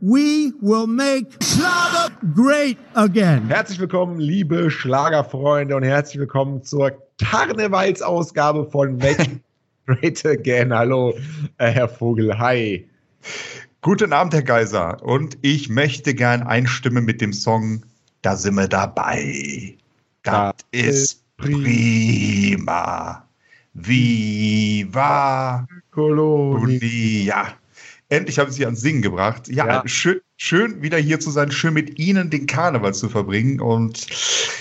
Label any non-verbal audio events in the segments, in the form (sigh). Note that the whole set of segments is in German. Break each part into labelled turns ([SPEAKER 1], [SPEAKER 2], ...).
[SPEAKER 1] We will make Schlager great again.
[SPEAKER 2] Herzlich willkommen, liebe Schlagerfreunde, und herzlich willkommen zur Karnevalsausgabe (laughs) von Make Great Again. Hallo, äh, Herr Vogel. Hi.
[SPEAKER 3] Guten Abend, Herr Geiser. Und ich möchte gern einstimmen mit dem Song Da sind wir dabei. Das ist prima. Viva Oh,
[SPEAKER 2] Kolonie.
[SPEAKER 3] Colonia. Endlich haben Sie sie ans Singen gebracht. Ja,
[SPEAKER 2] Ja.
[SPEAKER 3] Schön, schön wieder hier zu sein, schön mit Ihnen den Karneval zu verbringen. Und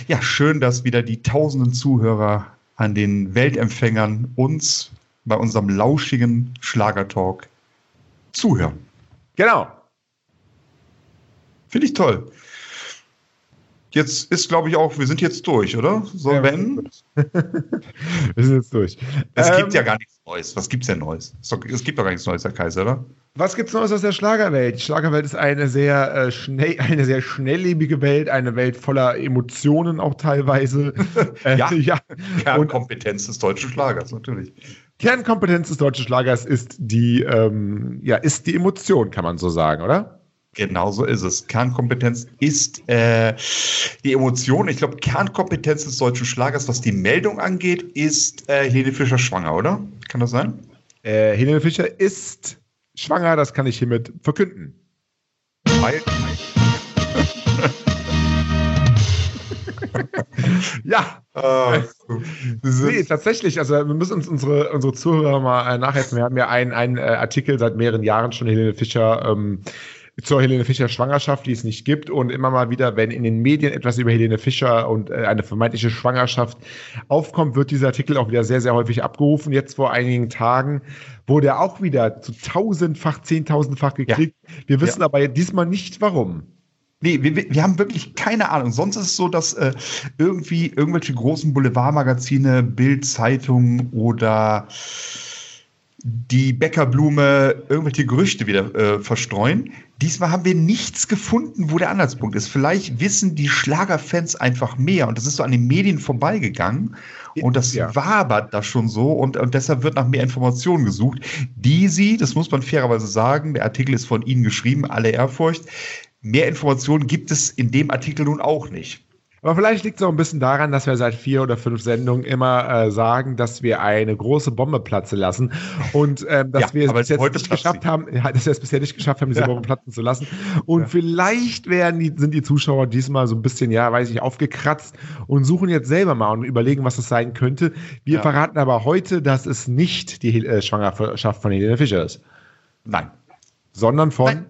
[SPEAKER 3] ja, schön, dass wieder die tausenden Zuhörer an den Weltempfängern uns bei unserem lauschigen Schlagertalk zuhören.
[SPEAKER 2] Genau.
[SPEAKER 3] Finde ich toll. Jetzt ist, glaube ich, auch, wir sind jetzt durch, oder? Sollen
[SPEAKER 2] Ja,
[SPEAKER 3] wir enden?
[SPEAKER 2] Wir sind jetzt durch.
[SPEAKER 3] Es
[SPEAKER 2] Ähm,
[SPEAKER 3] gibt ja gar nichts Neues. Was gibt's denn Neues? Ist doch- Es gibt doch gar nichts Neues, Herr Kaiser, oder?
[SPEAKER 2] Was gibt's Neues aus der Schlagerwelt? Die Schlagerwelt ist eine sehr, äh, schnell, (laughs) eine sehr schnelllebige Welt, eine Welt voller Emotionen auch (laughs) teilweise. Äh,
[SPEAKER 3] Ja.
[SPEAKER 2] ja.
[SPEAKER 3] Kernkompetenz des deutschen Schlagers, natürlich.
[SPEAKER 2] Kernkompetenz des deutschen Schlagers ist die, ähm, ja, ist die Emotion, kann man so sagen, oder?
[SPEAKER 3] Genau so ist es. Kernkompetenz ist äh, die Emotion. Ich glaube, Kernkompetenz des deutschen Schlagers, was die Meldung angeht, ist äh, Helene Fischer schwanger, oder? Kann das sein?
[SPEAKER 2] Äh, Helene Fischer ist schwanger, das kann ich hiermit verkünden.
[SPEAKER 3] Weil,
[SPEAKER 2] Ja,
[SPEAKER 3] äh, diese-
[SPEAKER 2] Nee, tatsächlich. Also wir müssen uns unsere, unsere Zuhörer mal äh, nachhelfen. Wir haben ja einen, einen äh, Artikel seit mehreren Jahren schon Helene Fischer ähm, zur Helene Fischer Schwangerschaft, die es nicht gibt. Und immer mal wieder, wenn in den Medien etwas über Helene Fischer und äh, eine vermeintliche Schwangerschaft aufkommt, wird dieser Artikel auch wieder sehr, sehr häufig abgerufen. Jetzt vor einigen Tagen wurde er auch wieder zu tausendfach, zehntausendfach geklickt. Wir wissen aber diesmal nicht warum.
[SPEAKER 3] Nee, wir, wir wir haben wirklich keine Ahnung. Sonst ist es so, dass äh, irgendwie irgendwelche großen Boulevardmagazine, Bild-Zeitung oder die Bäckerblume irgendwelche Gerüchte wieder äh, verstreuen. Diesmal haben wir nichts gefunden, wo der Anhaltspunkt ist. Vielleicht wissen die Schlagerfans einfach mehr und das ist so an den Medien vorbeigegangen und das
[SPEAKER 2] Ja.
[SPEAKER 3] wabert da schon so und, und deshalb wird nach mehr Informationen gesucht, die sie, das muss man fairerweise sagen, der Artikel ist von Ihnen geschrieben, alle Ehrfurcht, mehr Informationen gibt es in dem Artikel nun auch nicht.
[SPEAKER 2] Aber vielleicht liegt es auch ein bisschen daran, dass wir seit vier oder fünf Sendungen immer äh, sagen, dass wir eine große Bombe platzen lassen und ähm, dass
[SPEAKER 3] Ja,
[SPEAKER 2] wir es
[SPEAKER 3] aber
[SPEAKER 2] bis jetzt
[SPEAKER 3] heute
[SPEAKER 2] nicht
[SPEAKER 3] platzt
[SPEAKER 2] geschafft
[SPEAKER 3] sie.
[SPEAKER 2] haben, ja, dass wir es bisher nicht geschafft haben, diese Bombe platzen zu lassen. Und vielleicht werden die, sind die Zuschauer diesmal so ein bisschen, ja, weiß ich, aufgekratzt und suchen jetzt selber mal und überlegen, was es sein könnte. Wir
[SPEAKER 3] Ja.
[SPEAKER 2] verraten aber heute, dass es nicht die äh, Schwangerschaft von Helene Fischer ist,
[SPEAKER 3] Nein,
[SPEAKER 2] sondern von
[SPEAKER 3] Nein.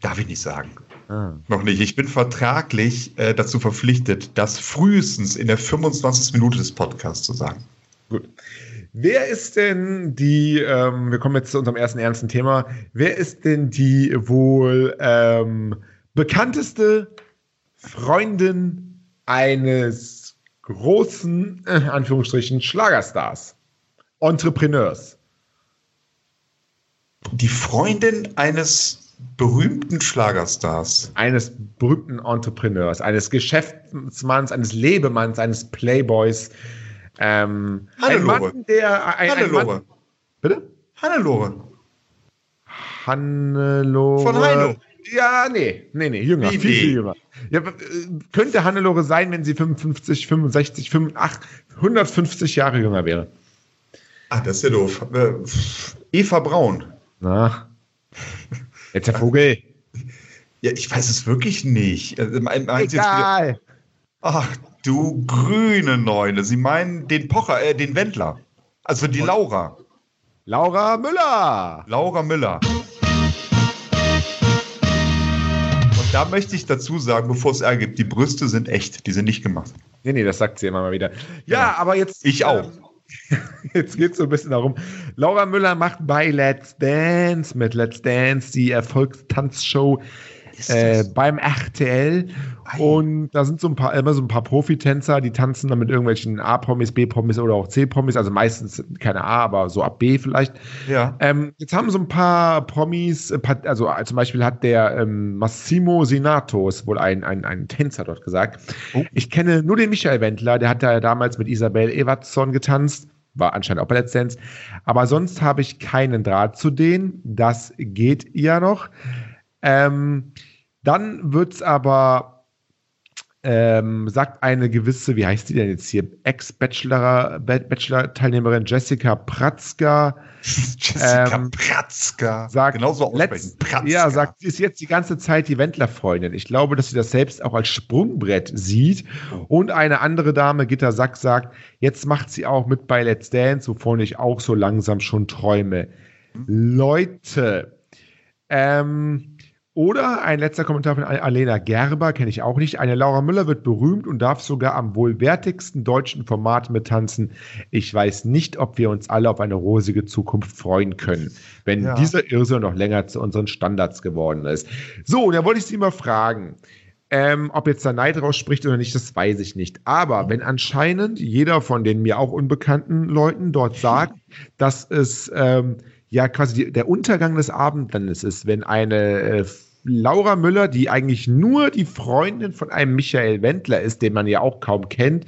[SPEAKER 3] darf ich nicht sagen.
[SPEAKER 2] Ah.
[SPEAKER 3] Noch nicht. Ich bin vertraglich äh, dazu verpflichtet, das frühestens in der 25. Minute des Podcasts zu sagen.
[SPEAKER 2] Gut. Wer ist denn die, ähm, wir kommen jetzt zu unserem ersten ernsten Thema, wer ist denn die wohl ähm, bekannteste Freundin eines großen, äh, Anführungsstrichen, Schlagerstars? Entrepreneurs.
[SPEAKER 3] Die Freundin eines berühmten Schlagerstars.
[SPEAKER 2] Eines berühmten Entrepreneurs, eines Geschäftsmanns, eines Lebemanns, eines Playboys. Ähm, ein
[SPEAKER 3] Hannelore.
[SPEAKER 2] Mann, der. Ein, ein Mann,
[SPEAKER 3] Hannelore.
[SPEAKER 2] bitte?
[SPEAKER 3] Hannelore.
[SPEAKER 2] Hannelore.
[SPEAKER 3] Von Heino.
[SPEAKER 2] Ja, nee, nee, nee, jünger,
[SPEAKER 3] Wie,
[SPEAKER 2] viel,
[SPEAKER 3] nee?
[SPEAKER 2] viel jünger. Ja, w- äh, könnte Hannelore sein, wenn sie 55, 65, 85, 150 Jahre jünger wäre.
[SPEAKER 3] Ah, das ist ja doof. Äh, pff, Eva Braun. (laughs)
[SPEAKER 2] Na. Jetzt der Vogel.
[SPEAKER 3] Ja, ich weiß es wirklich nicht. Äh, me- meint sie jetzt wieder-
[SPEAKER 2] Egal.
[SPEAKER 3] Ach, du grüne Neune. Sie meinen den Pocher, äh, den Wendler. Also die Laura.
[SPEAKER 2] Laura Müller.
[SPEAKER 3] Laura Müller. Und da möchte ich dazu sagen, bevor es Ärger gibt, die Brüste sind echt, die sind nicht gemacht.
[SPEAKER 2] Nee, nee, das sagt sie immer mal wieder. Ja,
[SPEAKER 3] Genau.
[SPEAKER 2] aber jetzt. ähm,
[SPEAKER 3] Ich auch.
[SPEAKER 2] Jetzt geht's so ein bisschen darum. Laura Müller macht bei Let's Dance mit Let's Dance die Erfolgstanzshow äh, beim RTL.
[SPEAKER 3] Ei.
[SPEAKER 2] Und da sind so ein paar, immer so ein paar Profitänzer, die tanzen dann mit irgendwelchen A-Promis, B-Promis oder auch C-Promis, also meistens keine A, aber so ab B vielleicht.
[SPEAKER 3] ja.
[SPEAKER 2] Ähm, jetzt haben so ein paar Promis, äh, paar- also äh, zum Beispiel hat der ähm, Massimo Sinato, ist wohl ein, ein, ein Tänzer dort gesagt.
[SPEAKER 3] Oh.
[SPEAKER 2] Ich kenne nur den Michael Wendler, der hat da damals mit Isabel Evertson getanzt, war anscheinend auch bei Let's Dance. Aber sonst habe ich keinen Draht zu denen, das geht ja noch. Ähm, dann wird es aber, ähm, sagt eine gewisse, wie heißt die denn jetzt hier, Ex-Bachelor-Teilnehmerin Jessica Pratzka,
[SPEAKER 3] Jessica
[SPEAKER 2] Ähm,
[SPEAKER 3] Pratzka.
[SPEAKER 2] sagt,
[SPEAKER 3] Genauso aussprechen.
[SPEAKER 2] letzt, ja, sagt, sie ist jetzt die ganze Zeit die Wendler-Freundin. Ich glaube, dass sie das selbst auch als Sprungbrett sieht. Und eine andere Dame, Gitta Sack, sagt, jetzt macht sie auch mit bei Let's Dance, wovon ich auch so langsam schon träume. Leute, ähm, oder ein letzter Kommentar von Alena Gerber, kenne ich auch nicht. Eine Laura Müller wird berühmt und darf sogar am wohlwertigsten deutschen Format mittanzen. Ich weiß nicht, ob wir uns alle auf eine rosige Zukunft freuen können, wenn
[SPEAKER 3] Ja.
[SPEAKER 2] dieser Irrsinn noch länger zu unseren Standards geworden ist. So, da wollte ich Sie mal fragen. Ähm, ob jetzt da Neid rausspricht oder nicht, das weiß ich nicht. Aber wenn anscheinend jeder von den mir auch unbekannten Leuten dort sagt, dass es ähm, ja quasi die, der Untergang des Abendlandes ist, wenn eine äh, Laura Müller, die eigentlich nur die Freundin von einem Michael Wendler ist, den man ja auch kaum kennt,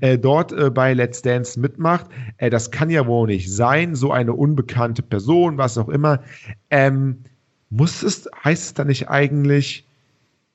[SPEAKER 2] äh, dort äh, bei Let's Dance mitmacht. Äh, das kann ja wohl nicht sein, so eine unbekannte Person, was auch immer. Ähm, muss es, heißt es dann nicht eigentlich,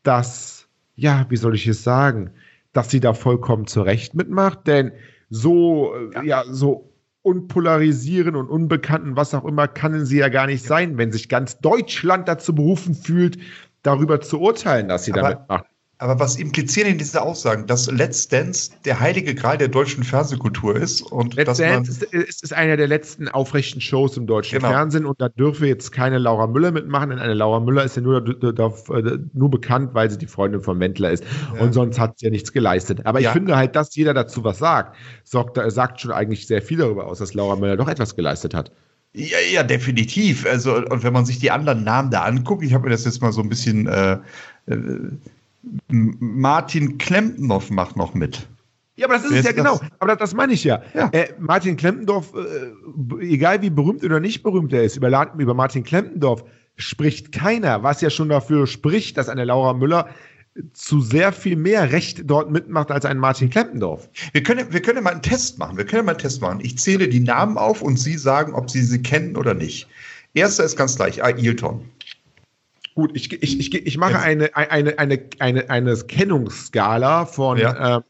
[SPEAKER 2] dass, ja, wie soll ich es sagen, dass sie da vollkommen zu Recht mitmacht, denn so, äh, ja, so unpolarisieren und unbekannten, was auch immer, kann sie ja gar nicht sein, wenn sich ganz Deutschland dazu berufen fühlt, darüber zu urteilen, dass sie da
[SPEAKER 3] Aber-
[SPEAKER 2] mitmacht.
[SPEAKER 3] Aber was implizieren denn diese Aussagen? Dass Let's Dance der heilige Gral der deutschen Fernsehkultur ist und dass
[SPEAKER 2] Let's
[SPEAKER 3] man.
[SPEAKER 2] Dance ist, ist, ist einer der letzten aufrechten Shows im deutschen
[SPEAKER 3] Genau.
[SPEAKER 2] Fernsehen und da dürfen wir jetzt keine Laura Müller mitmachen, denn eine Laura Müller ist ja nur, da- da- da- nur bekannt, weil sie die Freundin von Wendler ist
[SPEAKER 3] Ja.
[SPEAKER 2] und sonst hat sie ja nichts geleistet. Aber
[SPEAKER 3] Ja.
[SPEAKER 2] ich finde halt, dass jeder dazu was sagt, sorgt, sagt schon eigentlich sehr viel darüber aus, dass Laura Müller doch etwas geleistet hat.
[SPEAKER 3] Ja, ja, definitiv. Also, und wenn man sich die anderen Namen da anguckt, ich habe mir das jetzt mal so ein bisschen. Äh, äh, M- Martin Klempnoff macht noch mit.
[SPEAKER 2] Ja, aber das ist
[SPEAKER 3] Wer
[SPEAKER 2] es ja
[SPEAKER 3] ist das?
[SPEAKER 2] genau. Aber das, das meine ich ja.
[SPEAKER 3] Ja.
[SPEAKER 2] Äh, Martin Klempendorf, äh, b- egal wie berühmt oder nicht berühmt er ist, über, La- über Martin Klempendorf spricht keiner, was ja schon dafür spricht, dass eine Laura Müller zu sehr viel mehr Recht dort mitmacht als ein Martin Klempendorf.
[SPEAKER 3] Wir können, wir können mal einen Test machen. Wir können mal einen Test machen. Ich zähle die Namen auf und Sie sagen, ob Sie sie kennen oder nicht. Erster ist ganz gleich. Ailton.
[SPEAKER 2] Gut, ich, ich, ich, ich mache
[SPEAKER 3] Jetzt-
[SPEAKER 2] eine, eine, eine, eine, eine Kennungsskala von,
[SPEAKER 3] Ja.
[SPEAKER 2] ähm,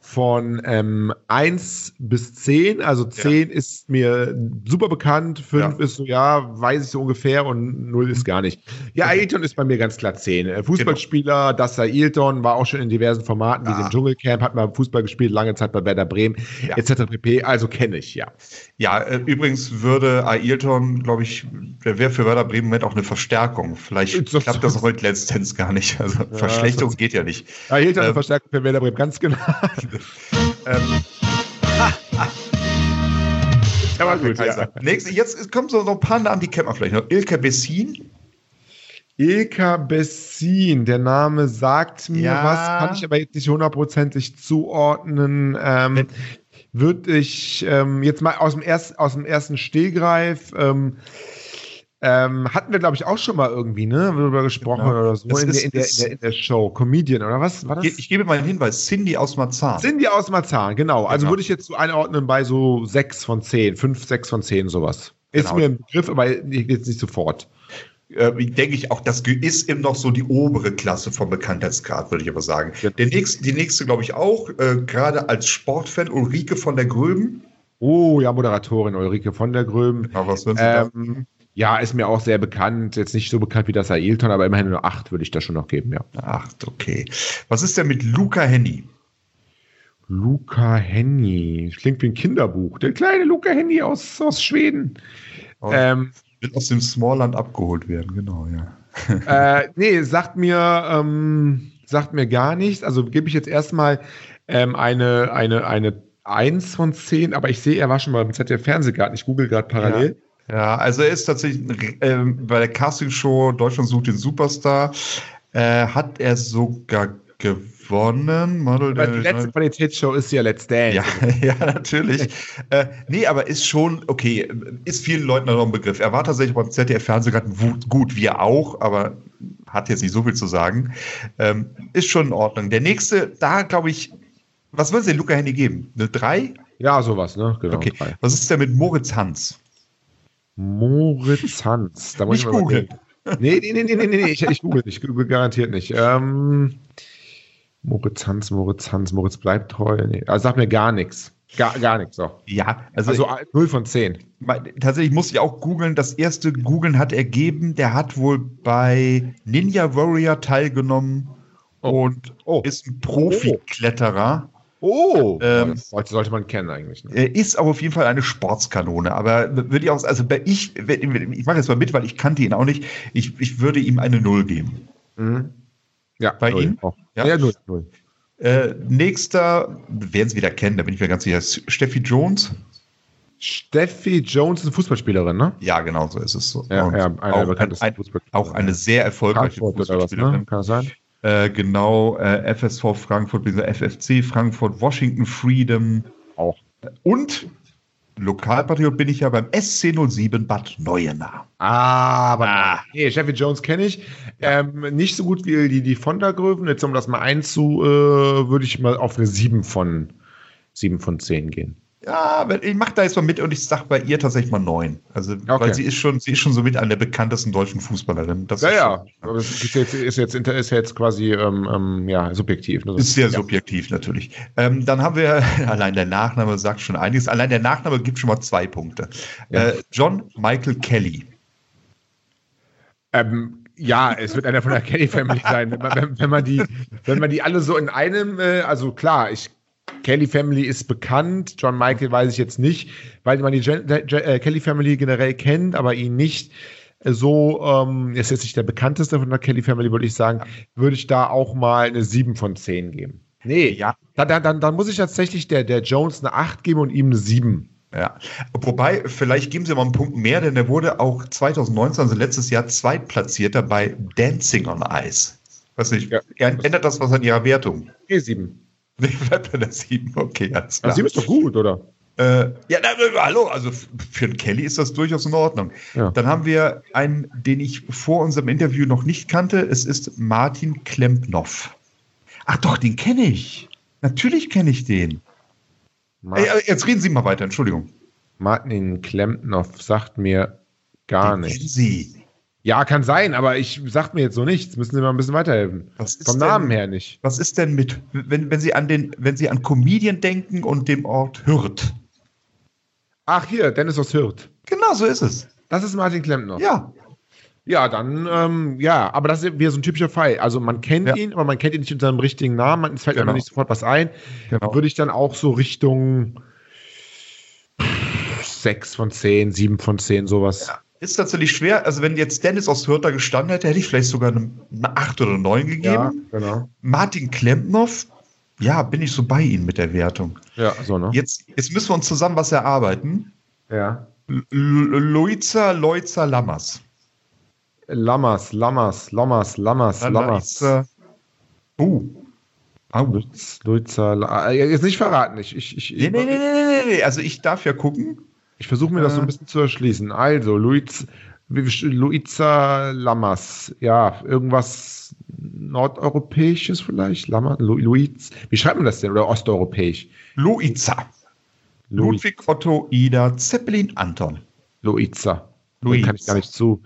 [SPEAKER 2] von ähm, 1 bis 10. Also 10 ist mir super bekannt, 5 ist so, ja, weiß ich so ungefähr und 0
[SPEAKER 3] Mhm.
[SPEAKER 2] ist gar nicht. Ja, Ailton ist bei mir ganz klar 10. Äh,
[SPEAKER 3] Genau.
[SPEAKER 2] Fußballspieler, das Ailton, war auch schon in diversen Formaten, wie
[SPEAKER 3] Ja.
[SPEAKER 2] im Dschungelcamp, hat mal Fußball gespielt, lange Zeit bei Werder Bremen,
[SPEAKER 3] Ah. Ja.
[SPEAKER 2] etc. pp. Also kenne ich, ja.
[SPEAKER 3] Ja, äh, übrigens würde Ailton, glaube ich, der wäre für Werder Bremen im Moment auch eine Verstärkung. Vielleicht
[SPEAKER 2] Äh, Das-
[SPEAKER 3] klappt das heute Let's Dance gar nicht. Also Verschlechterung geht ja nicht.
[SPEAKER 2] Ailton
[SPEAKER 3] Ähm.
[SPEAKER 2] ähm, verstärkt für Werder Bremen, ganz genau.
[SPEAKER 3] (laughs)
[SPEAKER 2] (laughs)
[SPEAKER 3] Ähm,
[SPEAKER 2] Aber
[SPEAKER 3] Kaiser. Also, Nächste, jetzt kommen so noch ein paar Namen, die kennt man vielleicht noch. Ilka Bessin.
[SPEAKER 2] Ilka Bessin, der Name sagt mir
[SPEAKER 3] Ja.
[SPEAKER 2] was, kann ich aber jetzt nicht hundertprozentig zuordnen. Ähm, Würde ich ähm, jetzt mal aus dem, erst, aus dem ersten Stehgreif, ähm, ähm, hatten wir glaube ich auch schon mal irgendwie, ne, darüber gesprochen
[SPEAKER 3] Genau.
[SPEAKER 2] oder so,
[SPEAKER 3] Das
[SPEAKER 2] in,
[SPEAKER 3] ist-
[SPEAKER 2] der, in, der, in,
[SPEAKER 3] ist-
[SPEAKER 2] der, in der Show, Comedian oder was war das?
[SPEAKER 3] Ich, ich gebe mal einen Hinweis. Cindy aus Marzahn.
[SPEAKER 2] Cindy aus Marzahn, genau. Also
[SPEAKER 3] Genau.
[SPEAKER 2] würde ich jetzt so einordnen bei so sechs von zehn, fünf, sechs von zehn, sowas. Ist
[SPEAKER 3] Genau.
[SPEAKER 2] mir im Begriff, aber jetzt nicht sofort.
[SPEAKER 3] äh, denke ich auch, das ge- ist eben noch so die obere Klasse vom Bekanntheitsgrad, würde ich aber sagen.
[SPEAKER 2] Ja.
[SPEAKER 3] Der nächste, die nächste, glaube ich, auch, äh, gerade als Sportfan, Ulrike von der Gröben.
[SPEAKER 2] Oh ja, Moderatorin Ulrike von der Gröben.
[SPEAKER 3] Ja, was würden Sie sagen?
[SPEAKER 2] Ähm, ja, ist mir auch sehr bekannt. Jetzt nicht so bekannt wie das Ailton, aber immerhin nur 8 würde ich da schon noch geben, ja.
[SPEAKER 3] Acht, okay. Was ist denn mit Luca Henny?
[SPEAKER 2] Luca Henny. Klingt wie ein Kinderbuch. Der kleine Luca Henny aus, aus Schweden.
[SPEAKER 3] Oh.
[SPEAKER 2] Ähm,
[SPEAKER 3] Wird aus dem Smallland abgeholt werden, genau, ja.
[SPEAKER 2] äh, nee, sagt mir, ähm, sagt mir gar nichts. Also gebe ich jetzt erstmal ähm, eine, eine, eine 1 von 10, aber ich sehe, er war schon mal im ZDF-Fernsehgarten. Ich google gerade parallel.
[SPEAKER 3] Ja, also er ist tatsächlich ein- ähm, bei der Castingshow Deutschland sucht den Superstar, äh, hat er sogar gewonnen. Model
[SPEAKER 2] Aber die
[SPEAKER 3] der-
[SPEAKER 2] letzte Qualitätsshow ist ja Let's Dance.
[SPEAKER 3] Äh, Ja, (laughs) ja, natürlich. äh, nee, aber ist schon, okay, ist vielen Leuten noch ein Begriff. Er war tatsächlich beim ZDF-Fernsehgarten wu- gut, wir auch, aber hat jetzt nicht so viel zu sagen. Ähm, ist schon in Ordnung. Der nächste, da glaube ich, was würden Sie Luca Handy geben? Eine 3?
[SPEAKER 2] Ja, sowas, ne? Genau.
[SPEAKER 3] Okay.
[SPEAKER 2] drei.
[SPEAKER 3] Was ist denn mit Moritz Hans?
[SPEAKER 2] Moritz Hans. Da muss
[SPEAKER 3] Nicht
[SPEAKER 2] ich mal
[SPEAKER 3] googeln.
[SPEAKER 2] überlegen. Nee, nee, nee, nee, nee, nee. Ich, ich google nicht, ich google garantiert nicht. Ähm, Moritz Hans, Moritz Hans, Moritz bleibt treu. Nee. Also sag mir gar nichts. Gar, gar nichts. So.
[SPEAKER 3] Ja,
[SPEAKER 2] Also 0 von 10.
[SPEAKER 3] Mein- Tatsächlich musste ich auch googeln. Das erste Googeln hat ergeben, der hat wohl bei Ninja Warrior teilgenommen und
[SPEAKER 2] Oh.
[SPEAKER 3] ist ein Profikletterer.
[SPEAKER 2] Oh!
[SPEAKER 3] Ähm,
[SPEAKER 2] das sollte, sollte man kennen eigentlich. Ne?
[SPEAKER 3] Äh, Ist aber auf jeden Fall eine Sportskanone. Aber würde ich auch, also bei ich, wenn- ich mache jetzt mal mit, weil ich kannte ihn auch nicht. Ich, ich würde ihm eine Null geben.
[SPEAKER 2] Mhm. Ja,
[SPEAKER 3] Bei
[SPEAKER 2] null.
[SPEAKER 3] ihm?
[SPEAKER 2] Auch.
[SPEAKER 3] Ja.
[SPEAKER 2] Ja, null, null.
[SPEAKER 3] Äh, nächster, werden Sie wieder kennen, da bin ich mir ganz sicher, ist Steffi Jones.
[SPEAKER 2] Steffi Jones ist eine Fußballspielerin, ne?
[SPEAKER 3] Ja, genau so ist es so.
[SPEAKER 2] Ja,
[SPEAKER 3] Und
[SPEAKER 2] ja, einer der
[SPEAKER 3] auch, ein,
[SPEAKER 2] bekanntesten
[SPEAKER 3] ein,
[SPEAKER 2] Fußballspieler.
[SPEAKER 3] auch eine sehr erfolgreiche
[SPEAKER 2] Frankfurt oder was, ne?
[SPEAKER 3] Fußballspielerin.
[SPEAKER 2] Kann das sein?
[SPEAKER 3] Äh, genau, äh, FSV Frankfurt, bzw. FFC Frankfurt, Washington Freedom
[SPEAKER 2] Auch.
[SPEAKER 3] und Lokalpatriot bin ich ja beim SC07 Bad Neuenahr.
[SPEAKER 2] Ah, aber
[SPEAKER 3] Ah.
[SPEAKER 2] nee, Jeffrey Jones kenne ich. Ähm, nicht so gut wie die, die Fonda Gröven. Jetzt um das mal einzu, äh, würde ich mal auf eine 7 von 7 von 10 gehen.
[SPEAKER 3] Ja, aber ich mache da jetzt mal mit und ich sag bei ihr tatsächlich mal neun. Also, weil sie ist schon, sie ist schon so mit einer der bekanntesten deutschen Fußballerinnen. Das
[SPEAKER 2] Ja,
[SPEAKER 3] ist
[SPEAKER 2] ja.
[SPEAKER 3] Schon,
[SPEAKER 2] Aber es ist jetzt, ist jetzt, inter- ist jetzt quasi ähm, ähm, ja, subjektiv. Ne?
[SPEAKER 3] ist sehr
[SPEAKER 2] ja.
[SPEAKER 3] subjektiv natürlich. Ähm, dann haben wir, (laughs) allein der Nachname sagt schon einiges, allein der Nachname gibt schon mal zwei Punkte.
[SPEAKER 2] Ja.
[SPEAKER 3] Äh, John Michael Kelly.
[SPEAKER 2] Ähm, ja, es wird einer von der (laughs) Kelly Family sein, wenn man, wenn, wenn man die, wenn man die alle so in einem, äh, also klar, ich Kelly Family ist bekannt, John Michael weiß ich jetzt nicht, weil man die Gen Gen äh, Kelly Family generell kennt, aber ihn nicht so, ähm, ist jetzt nicht der bekannteste von der Kelly Family, würde ich sagen, würde ich da auch mal eine 7 von 10 geben. Nee,
[SPEAKER 3] Ja.
[SPEAKER 2] Dann, dann, dann, dann muss ich tatsächlich der, der Jones eine 8 geben und ihm eine 7.
[SPEAKER 3] Ja, wobei, vielleicht geben sie mal einen Punkt mehr, denn er wurde auch 2019, also letztes Jahr, Zweitplatzierter bei Dancing on Ice. Weiß nicht,
[SPEAKER 2] Ja.
[SPEAKER 3] ändert das was an ihrer Wertung? (laughs)
[SPEAKER 2] Okay, 7.
[SPEAKER 3] Nee, bleibt bei der 7, okay, alles
[SPEAKER 2] Ja.
[SPEAKER 3] klar.
[SPEAKER 2] 7 ist doch gut, oder?
[SPEAKER 3] Äh, ja, na, na, hallo, also f- für einen Kelly ist das durchaus in Ordnung.
[SPEAKER 2] Ja.
[SPEAKER 3] Dann haben wir einen, den ich vor unserem Interview noch nicht kannte. Es ist Martin Klempnoff. Ach doch, den kenne ich. Natürlich kenne ich den.
[SPEAKER 2] Mag-
[SPEAKER 3] Ey, äh, jetzt reden Sie mal weiter, Entschuldigung.
[SPEAKER 2] Martin Klempnoff sagt mir gar
[SPEAKER 3] den
[SPEAKER 2] nichts.
[SPEAKER 3] kennen Sie.
[SPEAKER 2] Ja, kann sein, aber ich sagt mir jetzt so nichts. Müssen Sie mal ein bisschen weiterhelfen.
[SPEAKER 3] Was ist
[SPEAKER 2] Vom
[SPEAKER 3] denn-
[SPEAKER 2] Namen her nicht.
[SPEAKER 3] Was ist denn mit, wenn, wenn Sie an den, wenn Sie an Comedian denken und dem Ort Hürth?
[SPEAKER 2] Ach, hier, Dennis aus Hürth.
[SPEAKER 3] Genau, so ist es.
[SPEAKER 2] Das ist Martin Klempnoff.
[SPEAKER 3] Ja.
[SPEAKER 2] Ja, dann, ähm, ja, aber das ist wieder so ein typischer Fall. Also man kennt
[SPEAKER 3] Ja.
[SPEAKER 2] ihn, aber man kennt ihn nicht unter seinem richtigen Namen. Man- Es fällt
[SPEAKER 3] Genau.
[SPEAKER 2] einem nicht sofort was ein.
[SPEAKER 3] Genau.
[SPEAKER 2] Würde ich dann auch so Richtung 6 von 10, 7 von 10, sowas.
[SPEAKER 3] Ist tatsächlich schwer. Also, wenn jetzt Dennis aus Hürth da gestanden hätte, hätte ich vielleicht sogar eine, eine 8 oder 9 gegeben.
[SPEAKER 2] genau.
[SPEAKER 3] Martin Klempnoff, ja, bin ich so bei Ihnen mit der Wertung.
[SPEAKER 2] Ja, so, ne?
[SPEAKER 3] Jetzt, jetzt müssen wir uns zusammen was erarbeiten.
[SPEAKER 2] Ja.
[SPEAKER 3] L- L- Loiza, Loiza, Lammers.
[SPEAKER 2] Lammers, Lammers, Lammers, Lammers, Lammers.
[SPEAKER 3] Loiza. Oh. Au.
[SPEAKER 2] Lutz, Lutzer, La- äh, jetzt nicht verraten. Ich, ich, ich,
[SPEAKER 3] Nee, nee, nee, nee, nee, nee. Also, ich darf ja gucken.
[SPEAKER 2] ich versuche mir das so
[SPEAKER 3] Äh.
[SPEAKER 2] ein bisschen zu erschließen. Also, Luiz, Luiza Lammers, ja, irgendwas nordeuropäisches vielleicht? Lammers, Lu, Luiz, wie schreibt man das denn? Oder osteuropäisch?
[SPEAKER 3] Loiza.
[SPEAKER 2] Lu-
[SPEAKER 3] Ludwig Otto, Ida, Zeppelin, Anton.
[SPEAKER 2] Luiza.
[SPEAKER 3] Luiz.
[SPEAKER 2] Den kann ich gar nicht zu.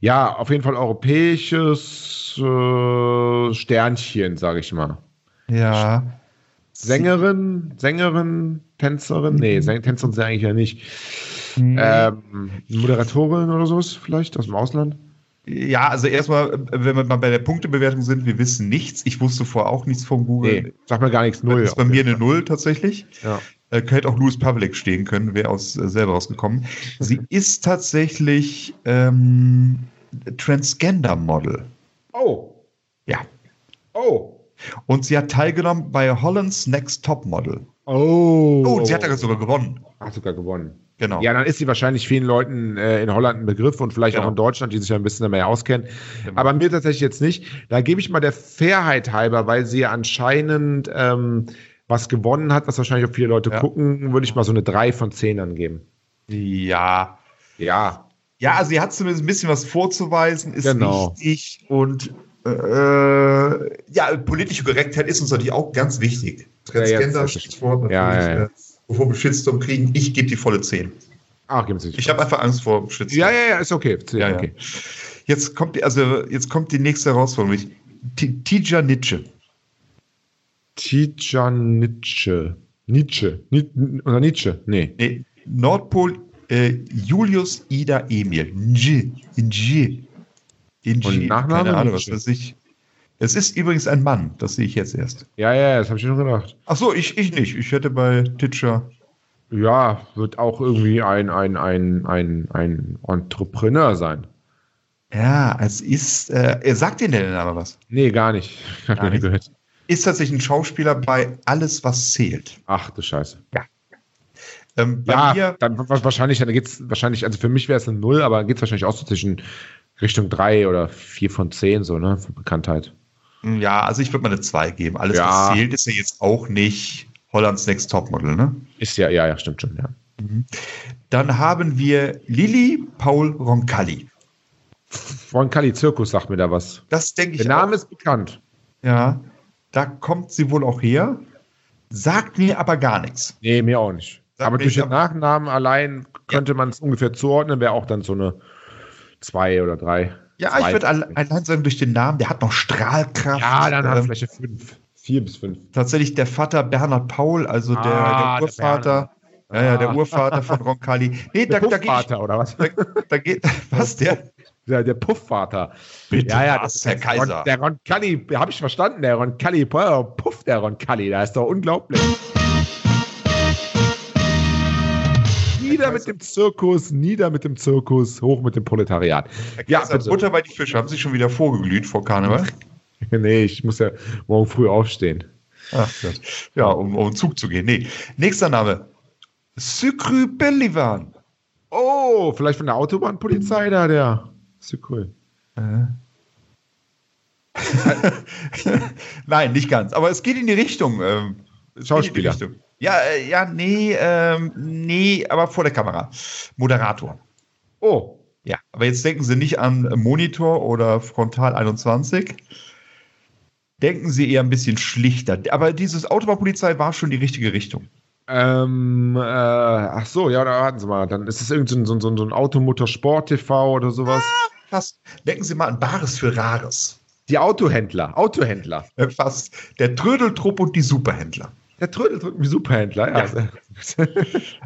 [SPEAKER 2] Ja, auf jeden Fall europäisches äh, Sternchen, sage ich mal.
[SPEAKER 3] Ja.
[SPEAKER 2] Sängerin, Sängerin, Tänzerin?
[SPEAKER 3] Mhm.
[SPEAKER 2] Nee, Säng Tänzerin sind eigentlich ja nicht. Ähm, Moderatorin oder sowas vielleicht aus dem Ausland?
[SPEAKER 3] Ja, also erstmal, wenn wir mal bei der Punktebewertung sind, wir wissen nichts. Ich wusste vorher auch nichts von Google.
[SPEAKER 2] Nee, sag mir gar nichts,
[SPEAKER 3] Das
[SPEAKER 2] null.
[SPEAKER 3] ist bei mir eine Null tatsächlich.
[SPEAKER 2] Ja.
[SPEAKER 3] Äh, hätte auch Louis Public stehen können, wäre aus äh, selber rausgekommen. Sie
[SPEAKER 2] Mhm.
[SPEAKER 3] ist tatsächlich ähm, Transgender-Model.
[SPEAKER 2] Oh,
[SPEAKER 3] Ja.
[SPEAKER 2] oh.
[SPEAKER 3] Und sie hat teilgenommen bei Holland's Next Top Model.
[SPEAKER 2] Oh,
[SPEAKER 3] Oh, und sie hat ja sogar gewonnen.
[SPEAKER 2] Hat sogar gewonnen.
[SPEAKER 3] Genau.
[SPEAKER 2] Ja, dann ist sie wahrscheinlich vielen Leuten äh, in Holland ein Begriff und vielleicht
[SPEAKER 3] Genau.
[SPEAKER 2] auch in Deutschland, die sich ja ein bisschen mehr auskennen.
[SPEAKER 3] Genau.
[SPEAKER 2] Aber mir tatsächlich jetzt nicht. Da gebe ich mal der Fairheit halber, weil sie ja anscheinend ähm, was gewonnen hat, was wahrscheinlich auch viele Leute
[SPEAKER 3] Ja.
[SPEAKER 2] gucken, würde ich mal so eine 3 von 10 angeben.
[SPEAKER 3] ja.
[SPEAKER 2] Ja,
[SPEAKER 3] Ja, also sie hat zumindest ein bisschen was vorzuweisen, ist
[SPEAKER 2] Genau.
[SPEAKER 3] wichtig und äh, ja, politische Korrektheit ist uns natürlich auch ganz
[SPEAKER 2] Ja,
[SPEAKER 3] wichtig.
[SPEAKER 2] ja,
[SPEAKER 3] Transgender
[SPEAKER 2] das ist
[SPEAKER 3] steht vor, natürlich,
[SPEAKER 2] Ja, ja, ja.
[SPEAKER 3] Äh, bevor wir Shitstorm kriegen, ich gebe die volle 10.
[SPEAKER 2] Ach, Ah, geben Sie sich.
[SPEAKER 3] Ich habe einfach Angst vor Shitstorm.
[SPEAKER 2] Ja, ja, ja, ist okay.
[SPEAKER 3] Ja, ja.
[SPEAKER 2] okay.
[SPEAKER 3] Jetzt kommt die, also jetzt kommt die nächste Herausforderung. Ich- T- Tija Nitsche.
[SPEAKER 2] Tijan Nietzsche. Nietzsche. Ni oder Nietzsche? Nee.
[SPEAKER 3] Nee, Nordpol äh, Julius Ida Emil. Nji. Nji.
[SPEAKER 2] Und
[SPEAKER 3] Nji.
[SPEAKER 2] Nachname?
[SPEAKER 3] Keine Ahnung, was
[SPEAKER 2] Nitsche.
[SPEAKER 3] weiß ich. Es ist übrigens ein Mann, das sehe ich jetzt erst.
[SPEAKER 2] Ja, ja, das habe ich schon gedacht.
[SPEAKER 3] Ach so, ich, ich nicht. Ich hätte bei Titscher.
[SPEAKER 2] Ja, wird auch irgendwie ein, ein, ein, ein, ein Entrepreneur sein.
[SPEAKER 3] Ja, es ist. Äh, er sagt Ihnen der Name was?
[SPEAKER 2] Nee, gar nicht. Ich hab noch nie
[SPEAKER 3] nicht.
[SPEAKER 2] gehört.
[SPEAKER 3] Ist tatsächlich ein Schauspieler bei Alles, was zählt.
[SPEAKER 2] Ach du Scheiße.
[SPEAKER 3] Ähm, bei
[SPEAKER 2] ja,
[SPEAKER 3] mir,
[SPEAKER 2] dann wa- wahrscheinlich, dann geht's wahrscheinlich, also für mich wäre es eine Null, aber dann geht's wahrscheinlich auch so zwischen Richtung 3 oder 4 von 10, so, ne? Von Bekanntheit.
[SPEAKER 3] ja, also ich würde mal eine 2 geben. Alles,
[SPEAKER 2] Ja.
[SPEAKER 3] was zählt, ist ja jetzt auch nicht Hollands Next Topmodel, ne?
[SPEAKER 2] Ist ja, ja, ja, stimmt schon, ja.
[SPEAKER 3] Dann haben wir Lili Paul Roncalli.
[SPEAKER 2] Von Kali Zirkus sagt mir da was.
[SPEAKER 3] Das denke ich
[SPEAKER 2] Der Name ist bekannt.
[SPEAKER 3] Ja, da kommt sie wohl auch her. Sagt mir aber gar nichts.
[SPEAKER 2] Nee, mir auch nicht.
[SPEAKER 3] Sag
[SPEAKER 2] aber
[SPEAKER 3] mir
[SPEAKER 2] durch
[SPEAKER 3] nicht,
[SPEAKER 2] den Nachnamen allein könnte man es ungefähr zuordnen, wäre auch dann so eine 2 oder 3.
[SPEAKER 3] Ja, ich würde alle- allein sagen, durch den Namen, der hat noch Strahlkraft.
[SPEAKER 2] Ja, dann hat
[SPEAKER 3] Ähm,
[SPEAKER 2] vielleicht 5. 4 bis 5.
[SPEAKER 3] tatsächlich der Vater Bernhard Paul, also der,
[SPEAKER 2] Ah, der
[SPEAKER 3] der Urvater. ja, ja, der
[SPEAKER 2] Ah.
[SPEAKER 3] Urvater von Roncalli. Nee,
[SPEAKER 2] Der
[SPEAKER 3] da, da geht.
[SPEAKER 2] Puffvater, oder was?
[SPEAKER 3] Da,
[SPEAKER 2] (laughs)
[SPEAKER 3] da geht. (laughs) Was der?
[SPEAKER 2] Der, der Puffvater.
[SPEAKER 3] Bitte
[SPEAKER 2] ja, ja,
[SPEAKER 3] was,
[SPEAKER 2] ist
[SPEAKER 3] Herr
[SPEAKER 2] der
[SPEAKER 3] Kaiser.
[SPEAKER 2] Ron, der Ron Cully, habe ich verstanden, der Ron Cully, boah, Puff, der Ron Cully, da ist doch unglaublich. Nieder mit dem Zirkus, nieder mit dem Zirkus, hoch mit dem Proletariat. Ja,
[SPEAKER 3] Kaiser,
[SPEAKER 2] bitte.
[SPEAKER 3] Butter bei die Fische. Haben Sie schon wieder vorgeglüht vor Karneval?
[SPEAKER 2] Nee, ich muss ja morgen früh aufstehen.
[SPEAKER 3] Ach Gott. Ja, um, um den Zug zu gehen. Nee. Nächster Name. Sükri Bellivan.
[SPEAKER 2] Oh, vielleicht von der Autobahnpolizei da, der. Ist ja cool.
[SPEAKER 3] Äh. (laughs) Nein, nicht ganz. Aber es geht in die Richtung. Ähm, es geht in die
[SPEAKER 2] Schauspieler.
[SPEAKER 3] Richtung. Ja, äh, ja, nee, ähm, nee, aber vor der Kamera. Moderator.
[SPEAKER 2] Oh,
[SPEAKER 3] Ja, aber jetzt denken Sie nicht an Monitor oder Frontal 21. Denken Sie eher ein bisschen schlichter. Aber dieses Autobahnpolizei war schon die richtige Richtung.
[SPEAKER 2] ähm, äh, ach so, ja, da warten Sie mal. Dann ist es irgend so ein, so ein, so ein Automotorsport-TV oder sowas.
[SPEAKER 3] Fast. Denken Sie mal an Bares für Rares.
[SPEAKER 2] Die Autohändler, Autohändler.
[SPEAKER 3] Äh, (laughs) Fast. Der Trödeltrupp und die Superhändler.
[SPEAKER 2] Der Trödel drückt wie Superhändler, ja.